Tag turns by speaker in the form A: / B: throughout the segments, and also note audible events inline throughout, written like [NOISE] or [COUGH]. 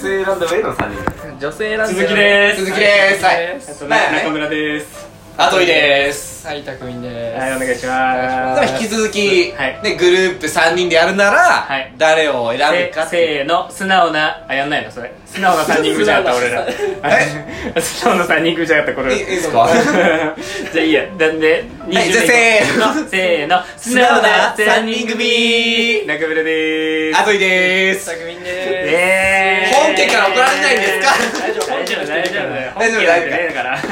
A: 性選んだ上の3人
B: 女性なん
C: 鈴木です
D: 鈴木ですはい
C: えっと
D: まあね
C: 中村です
D: あといです
B: はい、たくみです
C: はいお願いし
D: で
C: ま
D: も
C: す
D: 引き続き、
C: はい
D: ね、グループ3人でやるなら、
C: はい
D: 誰を選ぶ
C: せ
D: かっていう
C: せーの素直なあやんないのそれ素直な3人組じゃなかった俺らあ [LAUGHS] 素直な3人組じゃなかったこれ
D: いいいですか
C: [LAUGHS] じゃあいいやなんで20
D: はいじゃあ
C: せーの
D: 素直な
C: 三
D: 3人組
C: 中村でーす
D: あといです
B: たくみんで
C: えー
D: 本家から怒られないんですか
C: 大丈夫大丈夫大丈夫
D: 大丈夫
C: 本家なんてねえから [LAUGHS]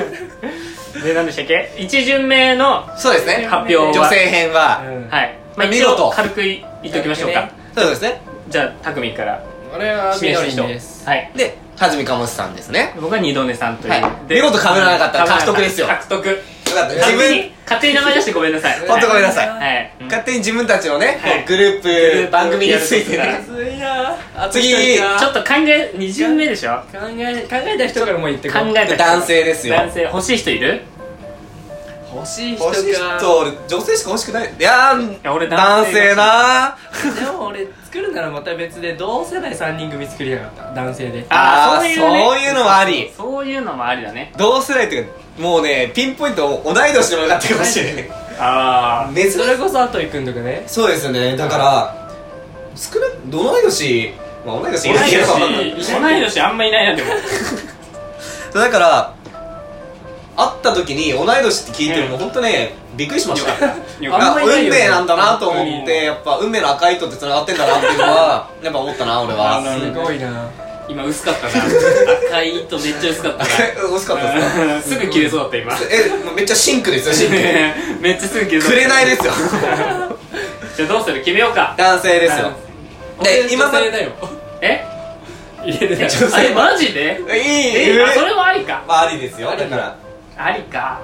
C: で何でしたっけ一巡目の
D: そうですね
C: 発表は
D: 女性編は、
B: すうん
C: はい、まあ、
D: 見
C: 一応
D: 事
C: 軽くい言っときましょうか、
B: ね
D: そうですね
C: じゃあたくみんから
B: 俺は
C: 指
B: み
C: 名
B: の
C: した
B: りん
C: 人
B: です
C: はい
D: ではじみかもつさんですね
C: 僕は二度寝さんという、
D: はい
C: で
D: 見事被らなかったら
C: 被らな
D: 獲得ですよ
C: 獲得
D: よかった自
C: 勝手に
D: 分
C: 勝手に名前出してごめんなさい
D: [LAUGHS] 本当ごめんなさい
C: はい、うん
D: 勝手に自分たちのね、こう
C: はい
D: グループ
C: ループ
D: 番組について
C: や
D: ね
C: る
B: ついなあと
D: 次
B: 一人か
C: ちょっと考え二巡目でしょ
B: 考え考えた人からも言って
C: 考えた人
D: 男性ですよ
C: 男性欲しい人いる
B: 欲しい人
D: 欲
B: か
D: しい人俺女性しか欲しくないいやー
C: や俺男
D: 男
C: 性
D: 性な
B: でも俺作るならまた別で同世代3人組作りやがった男性で
C: あー
D: あー
C: そういうね
D: そういうのはあり
C: そういうのもありだね
D: 同世代っていうかもうねピンポイント同い年でもよかったかもしれない
C: あ
D: 珍しい
B: それこそあといくんとかね
D: そうですよねだから少なく同い年まあ同い年い
C: 同い
D: るけど
C: 年同い年あんまいないなでも
D: だから会った時に同い年って聞いてるの本当ねびっくりしました
C: よ
B: あ
C: か
B: んま
C: っ
D: あ
B: りない
D: 運
B: よ
D: 命なんだなと思
C: 本
D: っ
C: 当に
D: てやっぱ運命の赤い糸って繋がってんだなっていうのはやっぱ思ったな俺
C: あな
D: は
C: る
B: すごいな
C: た今薄かったな [LAUGHS] 赤い糸めっちゃ薄かった
D: [LAUGHS]
C: な
D: 惜しかったですか
C: すぐ切れそうだった今
D: えもうめっちゃシンクです [LAUGHS] よシンク
C: めっちゃすぐ切れそう
D: くれないですよ
C: じゃあどうする決めようか
D: 男性ですよで今
B: 今
D: ま
B: 女性
D: で
B: だよ
C: え
B: 入れてない
D: ちょっと
C: あれマジで
D: いい
C: え
D: え
C: あそれもありか
D: まあありですよだから
C: ありか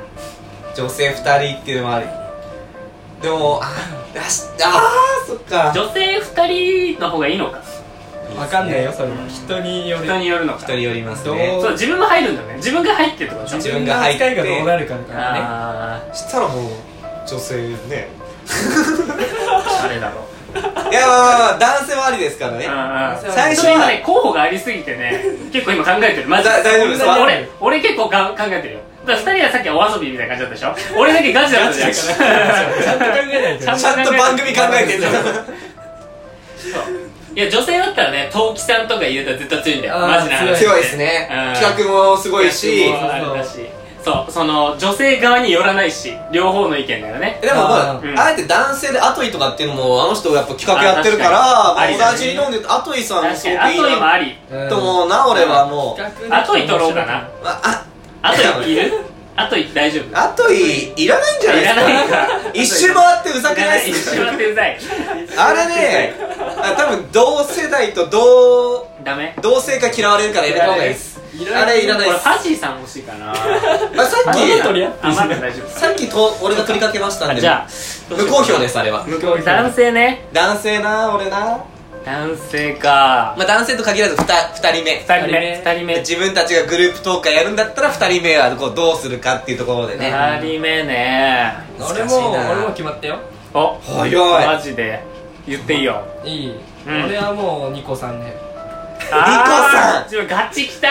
D: 女性2人っていうのもありでもあーあしあーそっか
C: 女性2人の方がいいのか
B: わかんないよそれは人による
C: 人によるのか
D: 人によります
B: ど
D: ね
C: そう自分も入るんだよね自分が入ってるってことでしょ
D: 自
B: 自
D: 分
B: 分
D: が
B: が
D: 入って
B: 扱いがどうなるかだからね
C: あ
D: したらもう女性ね
C: ーあれだろう
D: いやまあまあまあ男性はありですからね
C: うんうん
D: 最初
C: それ今
D: は
C: ね候補がありすぎてね結構今考えてるマジで
D: だ大丈夫です
C: 俺俺俺結構か考えてるよだから2人はさっきお遊びみたいな感じだったでしょ俺だけガチだったじゃん
B: ちゃんと考えないと
C: ちゃん
D: ちゃ
B: ね
C: と
D: んと番組考えてる
C: そういや女性だったらね陶器さんとか入れたら絶対強いんだよ
B: あー
C: マジな話
D: 強いですね
C: うん
D: 企画もすごいし
C: 企画もあれだしそうその女性側に寄らないし両方の意見だよね
D: でもまあ
B: あ
C: ー
D: あえて男性でアトイとかっていうのもあの人がやっぱ企画やってるから
C: あ
D: まあ
C: 確かに
D: 同じ理論で言うとアトイさんも
C: 確
D: す
C: か
D: ごくいい
C: にあと今
D: な
C: あり
B: うん
D: と思うな俺はもう
C: あとい取ろうかな
D: まあ
C: あとい
D: [LAUGHS]
C: るあとい大丈夫
D: あアトイいらないんじゃない
C: い
D: で
C: らない
D: すか
C: か
D: 一周回ってふざけないっ
C: 一
D: す
C: 緒は手伝い
D: [LAUGHS] あれねあ多分同世代と同
C: ダメ
D: 同性が嫌われるからやめた方がいいです
B: いら
D: あ
B: ない
D: れいらない
C: 俺
D: で
C: フ
D: す
C: ァジーさん欲しいかな
D: あさっ
B: あの後
D: き
B: 取り合っていい
C: あまだ大丈夫
D: さっきと俺が取りかけましたん
C: あ
D: で
C: じゃあどう
D: 無
C: しようか
D: 公表ですあれは
B: 向こう行く
C: 男性ね
D: 男性な俺な
C: 男性か
D: まあ男性と限らず 2, 二人目
C: 2人目2人目
D: 自分たちがグループトークやるんだったら2人目はこうどうするかっていうところでね
C: 2人目ね
B: 俺
D: 難しい
B: も
D: な
B: 俺も決まったよ
C: お
D: 早い
C: マジで言っていいよ
B: いい
C: うん
B: 俺はもうニコさんで
D: ニコさ
C: あ
D: ん
C: ー自分ガチきた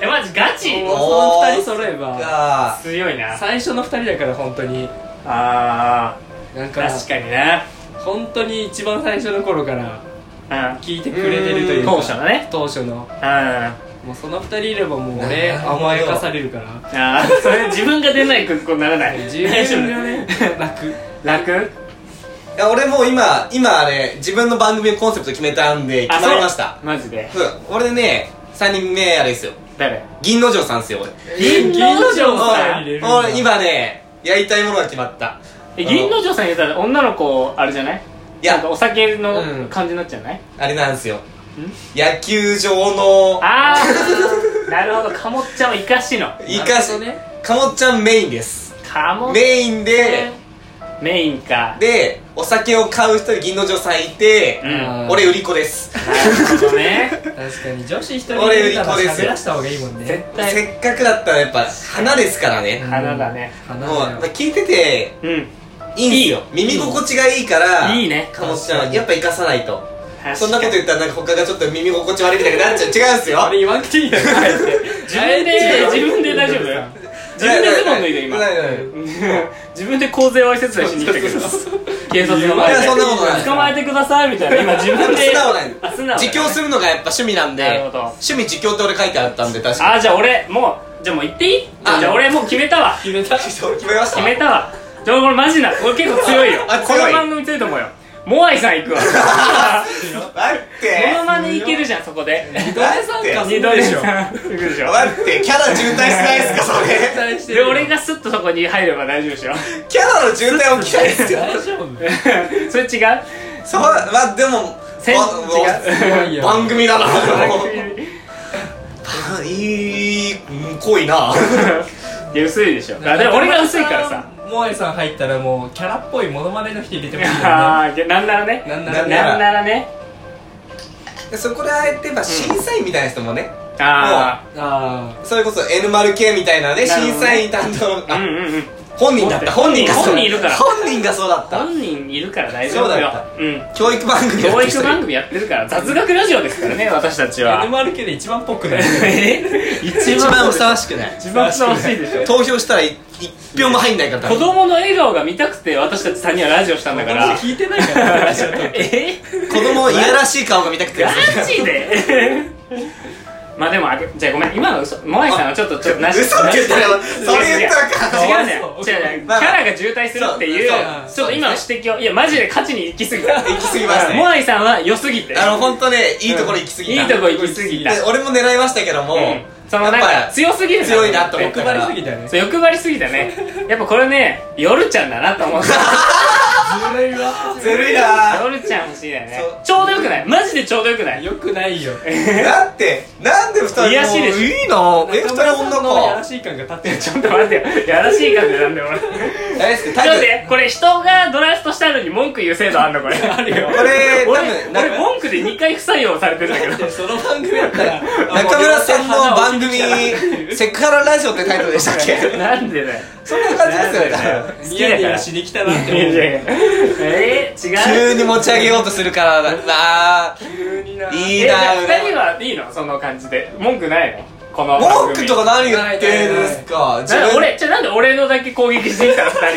C: えマジガチ
B: もう
D: おー
B: その二人揃えば
D: が
C: 強いな
B: 最初の二人だから本当に
C: あ
B: なんか
C: 確かにな
B: 本当に一番最初の頃から
C: うん
B: 聞いてくれてるというか
C: 当初のね
B: 当初の
C: うんあ
B: もうその二人いればもう俺
D: なるほど
B: 甘やかされるから
C: あそれ自分が出ないくこうならない
B: 自分がね楽
C: 楽
D: いや俺もう今今ね自分の番組のコンセプト決めたんで決まりました
C: マジで
D: うん俺ね3人目あれですよ
C: 誰
D: 銀の城さんですよ俺
C: 銀の城
B: さ
C: さ
B: ん入
C: ん
B: れるんだ
D: 俺今ねやりたいものが決まった
C: え銀の女さん言ったら女の子あれじゃない
D: いや
C: なんかお酒の
B: うん
C: 感じになっちゃうない
D: あれなんですよ野球場の
C: あ
D: [LAUGHS]
C: あなるほどかもっちゃんを生かしの
D: いかし
B: なるほどね
D: かもっちゃんメインです
C: かもっち
D: メインで
C: ゃんメインか
D: でお酒を買う人銀の城さんいて
C: うんな
B: あー
D: 俺売り子です
C: るほどね
B: 確かに女子一人
D: 俺よ
B: い
D: り
B: たら
D: 子です
B: 喋
D: よ
B: らした方がいいもんね
C: 絶対
D: せっかくだったらやっぱ花ですからね
C: 花だね
B: 花
D: もう
B: だ
D: や
B: よ
D: っぱ聞いてて
C: うん
D: いいんすよ耳心地がいいから
C: いいね
D: かもしれないやっぱ生かさないと
C: 確
D: そんなこと言ったらなんか他がちょっと耳心地悪いみたいになっちゃう違うんですよ
B: あれ言わんくていいやんあえて
C: 自分で自分で大丈夫自分でズボン脱いで今
D: ないないない
C: [LAUGHS] 自分で公然わいせつなしに行ったけど警察の
D: い
C: 前
D: や
C: で
D: そんなことない
C: 捕まえてくださいみたいな今自分で
D: 素直なんで
C: あ素直なんだ
D: 自供するのがやっぱ趣味なんで
C: なるほど
D: 趣味自供って俺書いてあったんで確か
C: あじゃあ俺もうじゃあもう行っていい
D: あ
C: じゃあ俺もう決めたわ
B: 決
D: [LAUGHS]
B: めた
D: にそう決めました
C: 決めたわでもこれマジなこれ結構強いよ
D: あ
C: こ
D: 強い
C: の番組強いと思うよモアイさん行く
D: [LAUGHS]
C: わ
D: 待って
C: モノマネいけるじゃんそこで
B: 二度目参加する
D: [LAUGHS]
B: でしょ
C: 行くでしょ
D: 待ってキャラ渋滞しないですかそ
B: 絶
C: [LAUGHS]
D: れ
B: 対してる
C: で
B: よ
C: 俺がスッとそこに入れば大丈夫でしょ
D: キャラの渋滞起きないです
C: [LAUGHS]
D: よ
B: 大丈夫
C: それ違う
D: そうまあでも
C: せん
D: わ
B: すご
C: 違う
B: いよ
D: 番組だな [LAUGHS]
C: 番
D: でも
C: 組
D: いいうん濃いない
C: や薄 [LAUGHS] いで [LAUGHS] しょあでも俺が薄いからさ
B: モアイさん入ったらもうキャラっぽいモノマネの人入れてもいいよね
C: あーなんならね
B: なんな
D: な
B: ら
D: ん
B: ね
C: なんならね
D: そこであえてまあ審査員みたいな人もね
C: あ
B: あ
D: それこそ N0K みたいなね
C: なるほど
D: 審査員担当
C: あう
D: あ
C: んうんうん
D: 本人だった本人がそう
C: 本人いるから
D: 本人がそうだった
C: 本人いるから大丈夫
D: そうだ
C: よ
D: った
C: うん
D: 教育番組やっ
C: 教
D: てる人
C: 育番組やってるから雑学ラジオですからね私たち
B: あ
C: は
B: NMRK で一番っぽくない
C: え一
D: 一番
C: 番
D: ふさわしくない
C: [LAUGHS] 一番ふさわしいでしょ
D: 投票したらい一票も入んないから多
C: 子
D: 分
C: 供の笑顔が見たくて私たち3人はラジオしたんだか
B: 私
C: ら
B: 聞いてないからラジオとか
C: え
D: 子供のいやらしい顔が見たくて
C: ガチ
D: [LAUGHS]
C: でまあでもあげじゃあごめん今の嘘モアイさんはちょっとちょっとなし
D: 嘘って言ったらそれ言ったら
C: 違う
D: か
C: ね違う
B: 嘘
C: ね違うねキ
D: まあまあ
C: ャラが渋滞するっていう
D: そう
C: ちょっと今の指摘をいやマジで勝ちに行き過ぎた
D: 行き過ぎましたね
C: モアイさんは良すぎ
D: [LAUGHS]
C: て
D: あの本当ねいいところ行き過ぎた、
C: いいとこ行き過ぎた
D: で俺も狙いましたけども、
C: うんそのなん
D: や
C: か
D: っぱ
C: 強すぎる
D: 強いなと思っ
B: 欲
D: た
B: 張
D: か
B: り
D: ら
B: すぎたよね
C: そう欲張りすぎた
D: [LAUGHS]
C: ねやっぱこれね夜ちゃんだなと思った
B: ずるいわ
D: ずるいな
C: 夜ちゃん欲しいだよね
D: そう
C: ちょうどよくないマジでちょうどよくない
B: よくないよ
D: だってなんで二人も
C: いやらしいでしょ
D: いいなえ二人
B: 中村さんのや
D: 女
B: ら
D: か
B: しい感が立ってる
C: ちょっと待ってよやらしい感じなんだよ俺
D: 大好き
C: ちょっと
D: タ
C: 待
D: イト
C: っ
D: ル
C: てこれ人がドラフトしたのに文句言う制度あんのこ
D: [LAUGHS]
C: れあるよ
D: これ多
C: 俺
D: 分なん
C: 俺
D: か
C: 文句で2回不採用されてるん
D: [LAUGHS]
C: だけど
B: その番組やったら
D: 中村さんの番組セクハララジオってタイトルでしたっけ
C: なんでだよ
D: そんな感じですよ
C: なん
D: ね
C: でだよ
B: ニヤニヤしに来たなって
C: いやい
B: 思う
C: やいやえー、違う
D: 急に持ち上げようとするからなあ
B: 急にな
D: ーいい
C: えじゃ
D: な
C: あ2人はいいのその感じで文句ないのこの番
D: 文句
C: 組
D: とか何言ってるんですか自
C: なんで
D: 分
C: 俺じゃあなんで俺のだけ攻撃してきたの2人は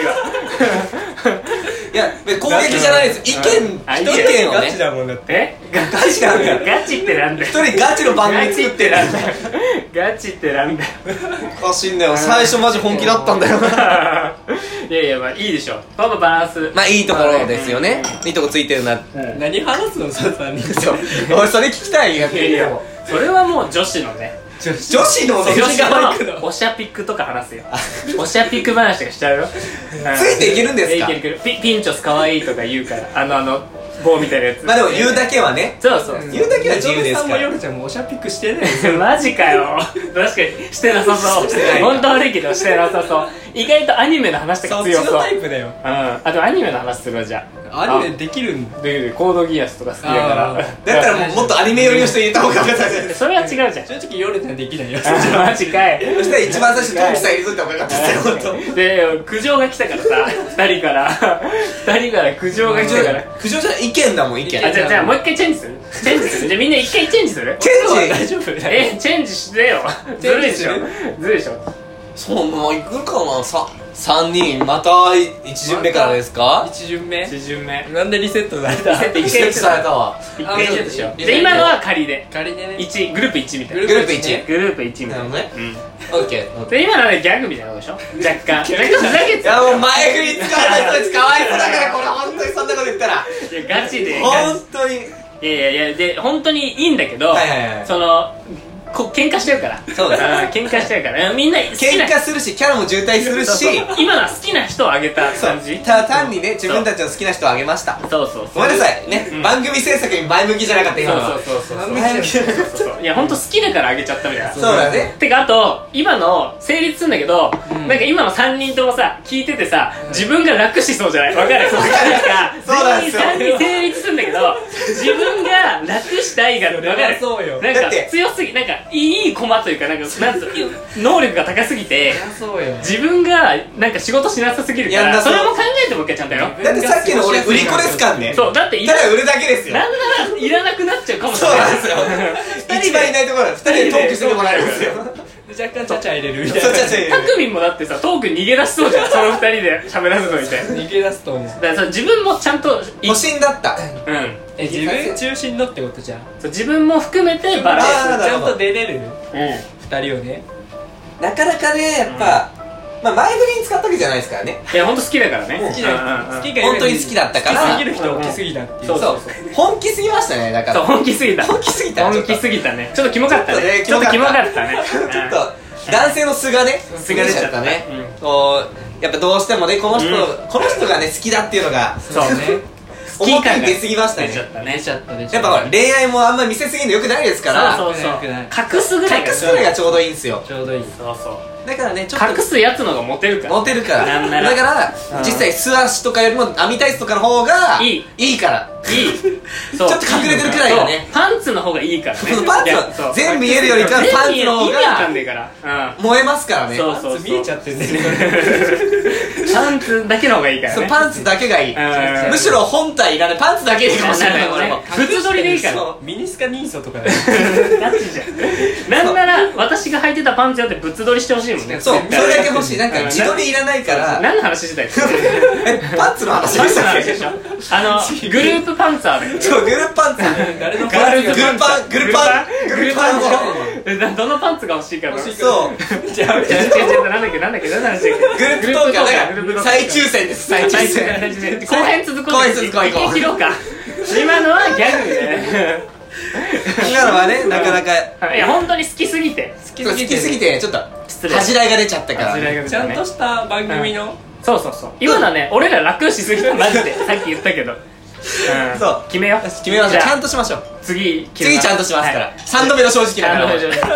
D: [LAUGHS] いや攻撃じゃないです意見
C: あ
D: 一見を
B: ガ
D: ね
B: チだもんだって
C: え
D: ガチなんだよ
C: [LAUGHS] ガチってなんだよ
D: 一人ガチの番
C: ガ
D: 組
C: チ
D: 作っ
C: ってて
D: る
C: なんだよガチってなんだよ
D: おかしいんだよ最初マジ本気だったんだよ
C: [LAUGHS] いやいやまあいいでしょこのバランス
D: まあいいところですよねいいとこついてるなって
C: うん
B: 何話すのさ3人
D: そう俺それ聞きたいや
C: いやいやそれはもう女子のね
B: 女
D: 女子の
C: 女子
D: 側行く
C: のおしゃピックとか話すよおしゃピック話とかしちゃうよつ
D: いていけるんですか
C: いけるいけるピピンチョス可愛いとか言うからあのあの棒みたいなやつ
D: まあでも言うだけはね
C: そうそう
D: 言うだけは自由ですから
B: 中村さんもヨルちゃんもおしゃピックしてないですよ
C: [LAUGHS] マジかよ確かにしてなさそう
D: てない
C: 本当悪いけどしてなさそう意外とアニメの話と
B: そ
C: か
B: っち
C: 強
B: の
C: そう
B: タイプだよ
C: うんあとアニメの話するわじゃあ
B: アニメできるんだ
C: あでコードギアスとか好きだから
B: あー
D: だったらもうもっとアニメ寄りの人入れた方が良かったです
C: [LAUGHS] それは違うじ
D: [LAUGHS]
C: ゃん
B: 正直ヨルちゃんできないよ
C: あマジかい
D: そしたら一番最初トミさん入れといた方が良かったですよ本当
C: で苦情が来たからさ2人から2人から苦情が来たから
D: 苦情じゃない意見だもん意見チ
C: あじゃあじゃあもう一回チェンジするチェンジするじゃあみんな一回チェンジす
D: ェ
C: る
D: ン
B: 大
D: ジ
B: 丈夫だよ
C: えチェンジしてよずるいでしょ
B: チェン
C: ずるいでしょ
D: そうまあいくかなさ3人また一巡目からですか
B: 一巡目
C: 1巡目
B: なんでリセットされた
C: リセ
D: 一
C: ット一回
D: 巡されたわ
C: 1回チェンジしよう
D: あ
C: じゃあ今のは仮で
B: 仮でね
C: 1グループ1みたいな
D: グループ一
C: グループ1みたいな
D: なるほ
C: うん
D: オッケー
C: で今のはねギャグみたいなことでしょ
D: [LAUGHS]
C: 若干若干ふざけて
D: い
C: た
D: やもう前振り使わない人たちかわいそうだからこれ本当にそんなこと言ったら
C: いやガチでガチ
D: 本当に
C: いやいやいやで本当にいいんだけど、
D: はいはいはい
C: そのこ喧嘩しちゃうから
D: そうだ
C: ん喧嘩しちゃうからみんな好き
D: 喧
C: な
D: 嘩するしキャラも渋滞するし
C: 今のは好きな人をあげた感じ
D: ただ単にね自分たちの好きな人をあげました
C: そうそうそう
D: ごめんなさいね、
C: うん
D: 番組制作に前向きじゃなかった今のは
C: そうそうそうそう
D: 前向きじゃなかっ
C: そうそういや本当好きだからあげちゃったみたいな
D: たそうだね
C: てかあと今の成立するんだけど、なんか今の3人ともさ聞いててさ自分が楽しそうじゃないわかるわかる
D: そうなんですよ
C: 全員3人成立するんだけど自分が楽したいがわかる
B: そうよ
C: なん
D: だっ
C: か
D: て
C: 強すぎなんかいい駒というかなんかなんつうの能力が高すぎて
B: りゃそうよ
C: 自分がなんか仕事しなさすぎるか
D: いや
C: ら
D: な
C: そ
D: そう
C: れも考えてもう一回ちゃんとやろう
D: だってさっきの俺売り子ですからね
C: そうだってい
D: た
C: ら
D: だ売るだけですよ
C: なんならいらなくなっちゃうかもし
D: そ
C: れ
D: う
C: な
D: なん
C: い
D: ですよ [LAUGHS] 一番いないところなんです二人でトークしてもらえるんですよ
B: 若干ちゃちゃ入れるみたい
D: そ
B: な
D: っちは違う
C: たくみんもだってさトーク逃げ出しそうじゃんその二人で喋らせといて
B: 逃げ出すと思う
C: だからさ自分もちゃんとい
D: 保身だった
C: うん
B: え自分中心のってことじゃん
C: そう自分も含めてバラン
D: あー
B: ち
D: なる
B: ゃん
D: ほど
B: と出れる
C: スうん
B: 二人をね
D: なかなかねやっぱ、まあ前振りに使ったわけじゃないですからね
C: いや、ほんと好きだからね。
B: 好きだ好きが
D: 本当に好きだったから
B: 好きすぎる人大きすぎだっていう
C: そうそう
D: 本気すぎましたねだか
C: そう、
D: ら
C: 本気すぎた。
D: 本気すぎた
C: 本気すぎたね。ちょっとキモかったね。ち
D: ちょ
C: ょ
D: っ
C: っ
D: とね
C: とキモかったね。
D: [LAUGHS] ちょっと男性の素がね
C: 素が出ちゃった
D: ね、こうやっぱどうしてもねこの人、
C: う
D: この人がね好きだっていうのが
C: うんそうね。
D: 思いっきり出過ぎました
C: 出ちゃ
D: ね
C: った
B: 出
C: ね。
B: ちゃったでしょ
D: やっぱほら恋愛もあんま見せすぎるのよくないですから
C: そうそう
B: 良くない
C: そう。隠すぐらいが
D: 隠すぐらいがちょうどいいんですよ
B: ちょうどいい
C: そうそう。
D: だからねちょっ
C: 隠すやつの方がモテるから。
D: とモテるから
C: なんな。
D: だからら
C: うん
D: 実際素足とかよりも網タイツとかの方が
C: いい
D: いいから
C: いい。ちょ
D: ちょっと隠れてるくらいがね
C: パンツの方がいいからね。
D: そう [LAUGHS] パンツは全部見えるよりかはパンツの方が
C: 意味わかんねえから。うん。
D: 燃えますからね
C: そう
B: パンツ見えちゃってるね
C: [LAUGHS] パンツだけの方がいいから
D: そう
C: ね。
D: パンツだけがいい
C: うん
D: むしろ本体いらないパンツだけでいいかもしれない
C: なるほどね
D: 俺も
C: 靴取りでいいから
D: そう
B: ミニスカ人相とかだよ
C: [LAUGHS] ガチじゃんなんなら私が履いてたパンツよってぶつ撮りしてほしいもんね
D: そうそ
C: 絶対
D: れだけ欲しいなんか自撮りいらないから
C: 何の話してたっけ
D: [LAUGHS] えパンツの話
C: パ
D: で
C: ン
D: し
C: ツの
D: たっ
C: 話で
D: け
C: しょあのグループパンツァーで
D: そうグループパンツ
B: 誰の
D: グル
B: パンツが
D: ープパングループパングループパン
C: ンどのパンツが欲しいかな
B: 欲しいか
D: そう
B: [LAUGHS] じゃあ
C: 違う違う違うなんだっけなんだっけ何の話だっ
D: グルー
C: け
D: プトークはだか
C: グループトー
D: ら
C: ク
D: 再抽選です
C: 最
D: 再抽
C: 中
D: 選
C: 後編続こう
D: 後編続こう行こう
C: 一回切ろうか今のはギャグで
D: 今のはねなかなか
C: [LAUGHS] いや本当に好きすぎて
B: 好
D: 好きすぎ
B: て
D: てちょっと
C: 失礼
D: 恥じらいが出ちゃったから
C: 恥じらいが出
B: ち
C: た
B: ゃ
C: ね
B: んとした番組の
C: そうそうそう今のはね俺ら楽しす
D: [LAUGHS]
C: ぎたマジでさっき言ったけど、うん、
D: そう
C: 決めよう
D: 決めましょう
C: じゃ
D: ち
C: あ
D: ゃんとしましょう
C: 次決め
D: 次ちゃんとしますか
C: は
D: ら
C: い
D: 3度目の正直
C: ちゃ
D: だ
C: ん
D: から
C: とします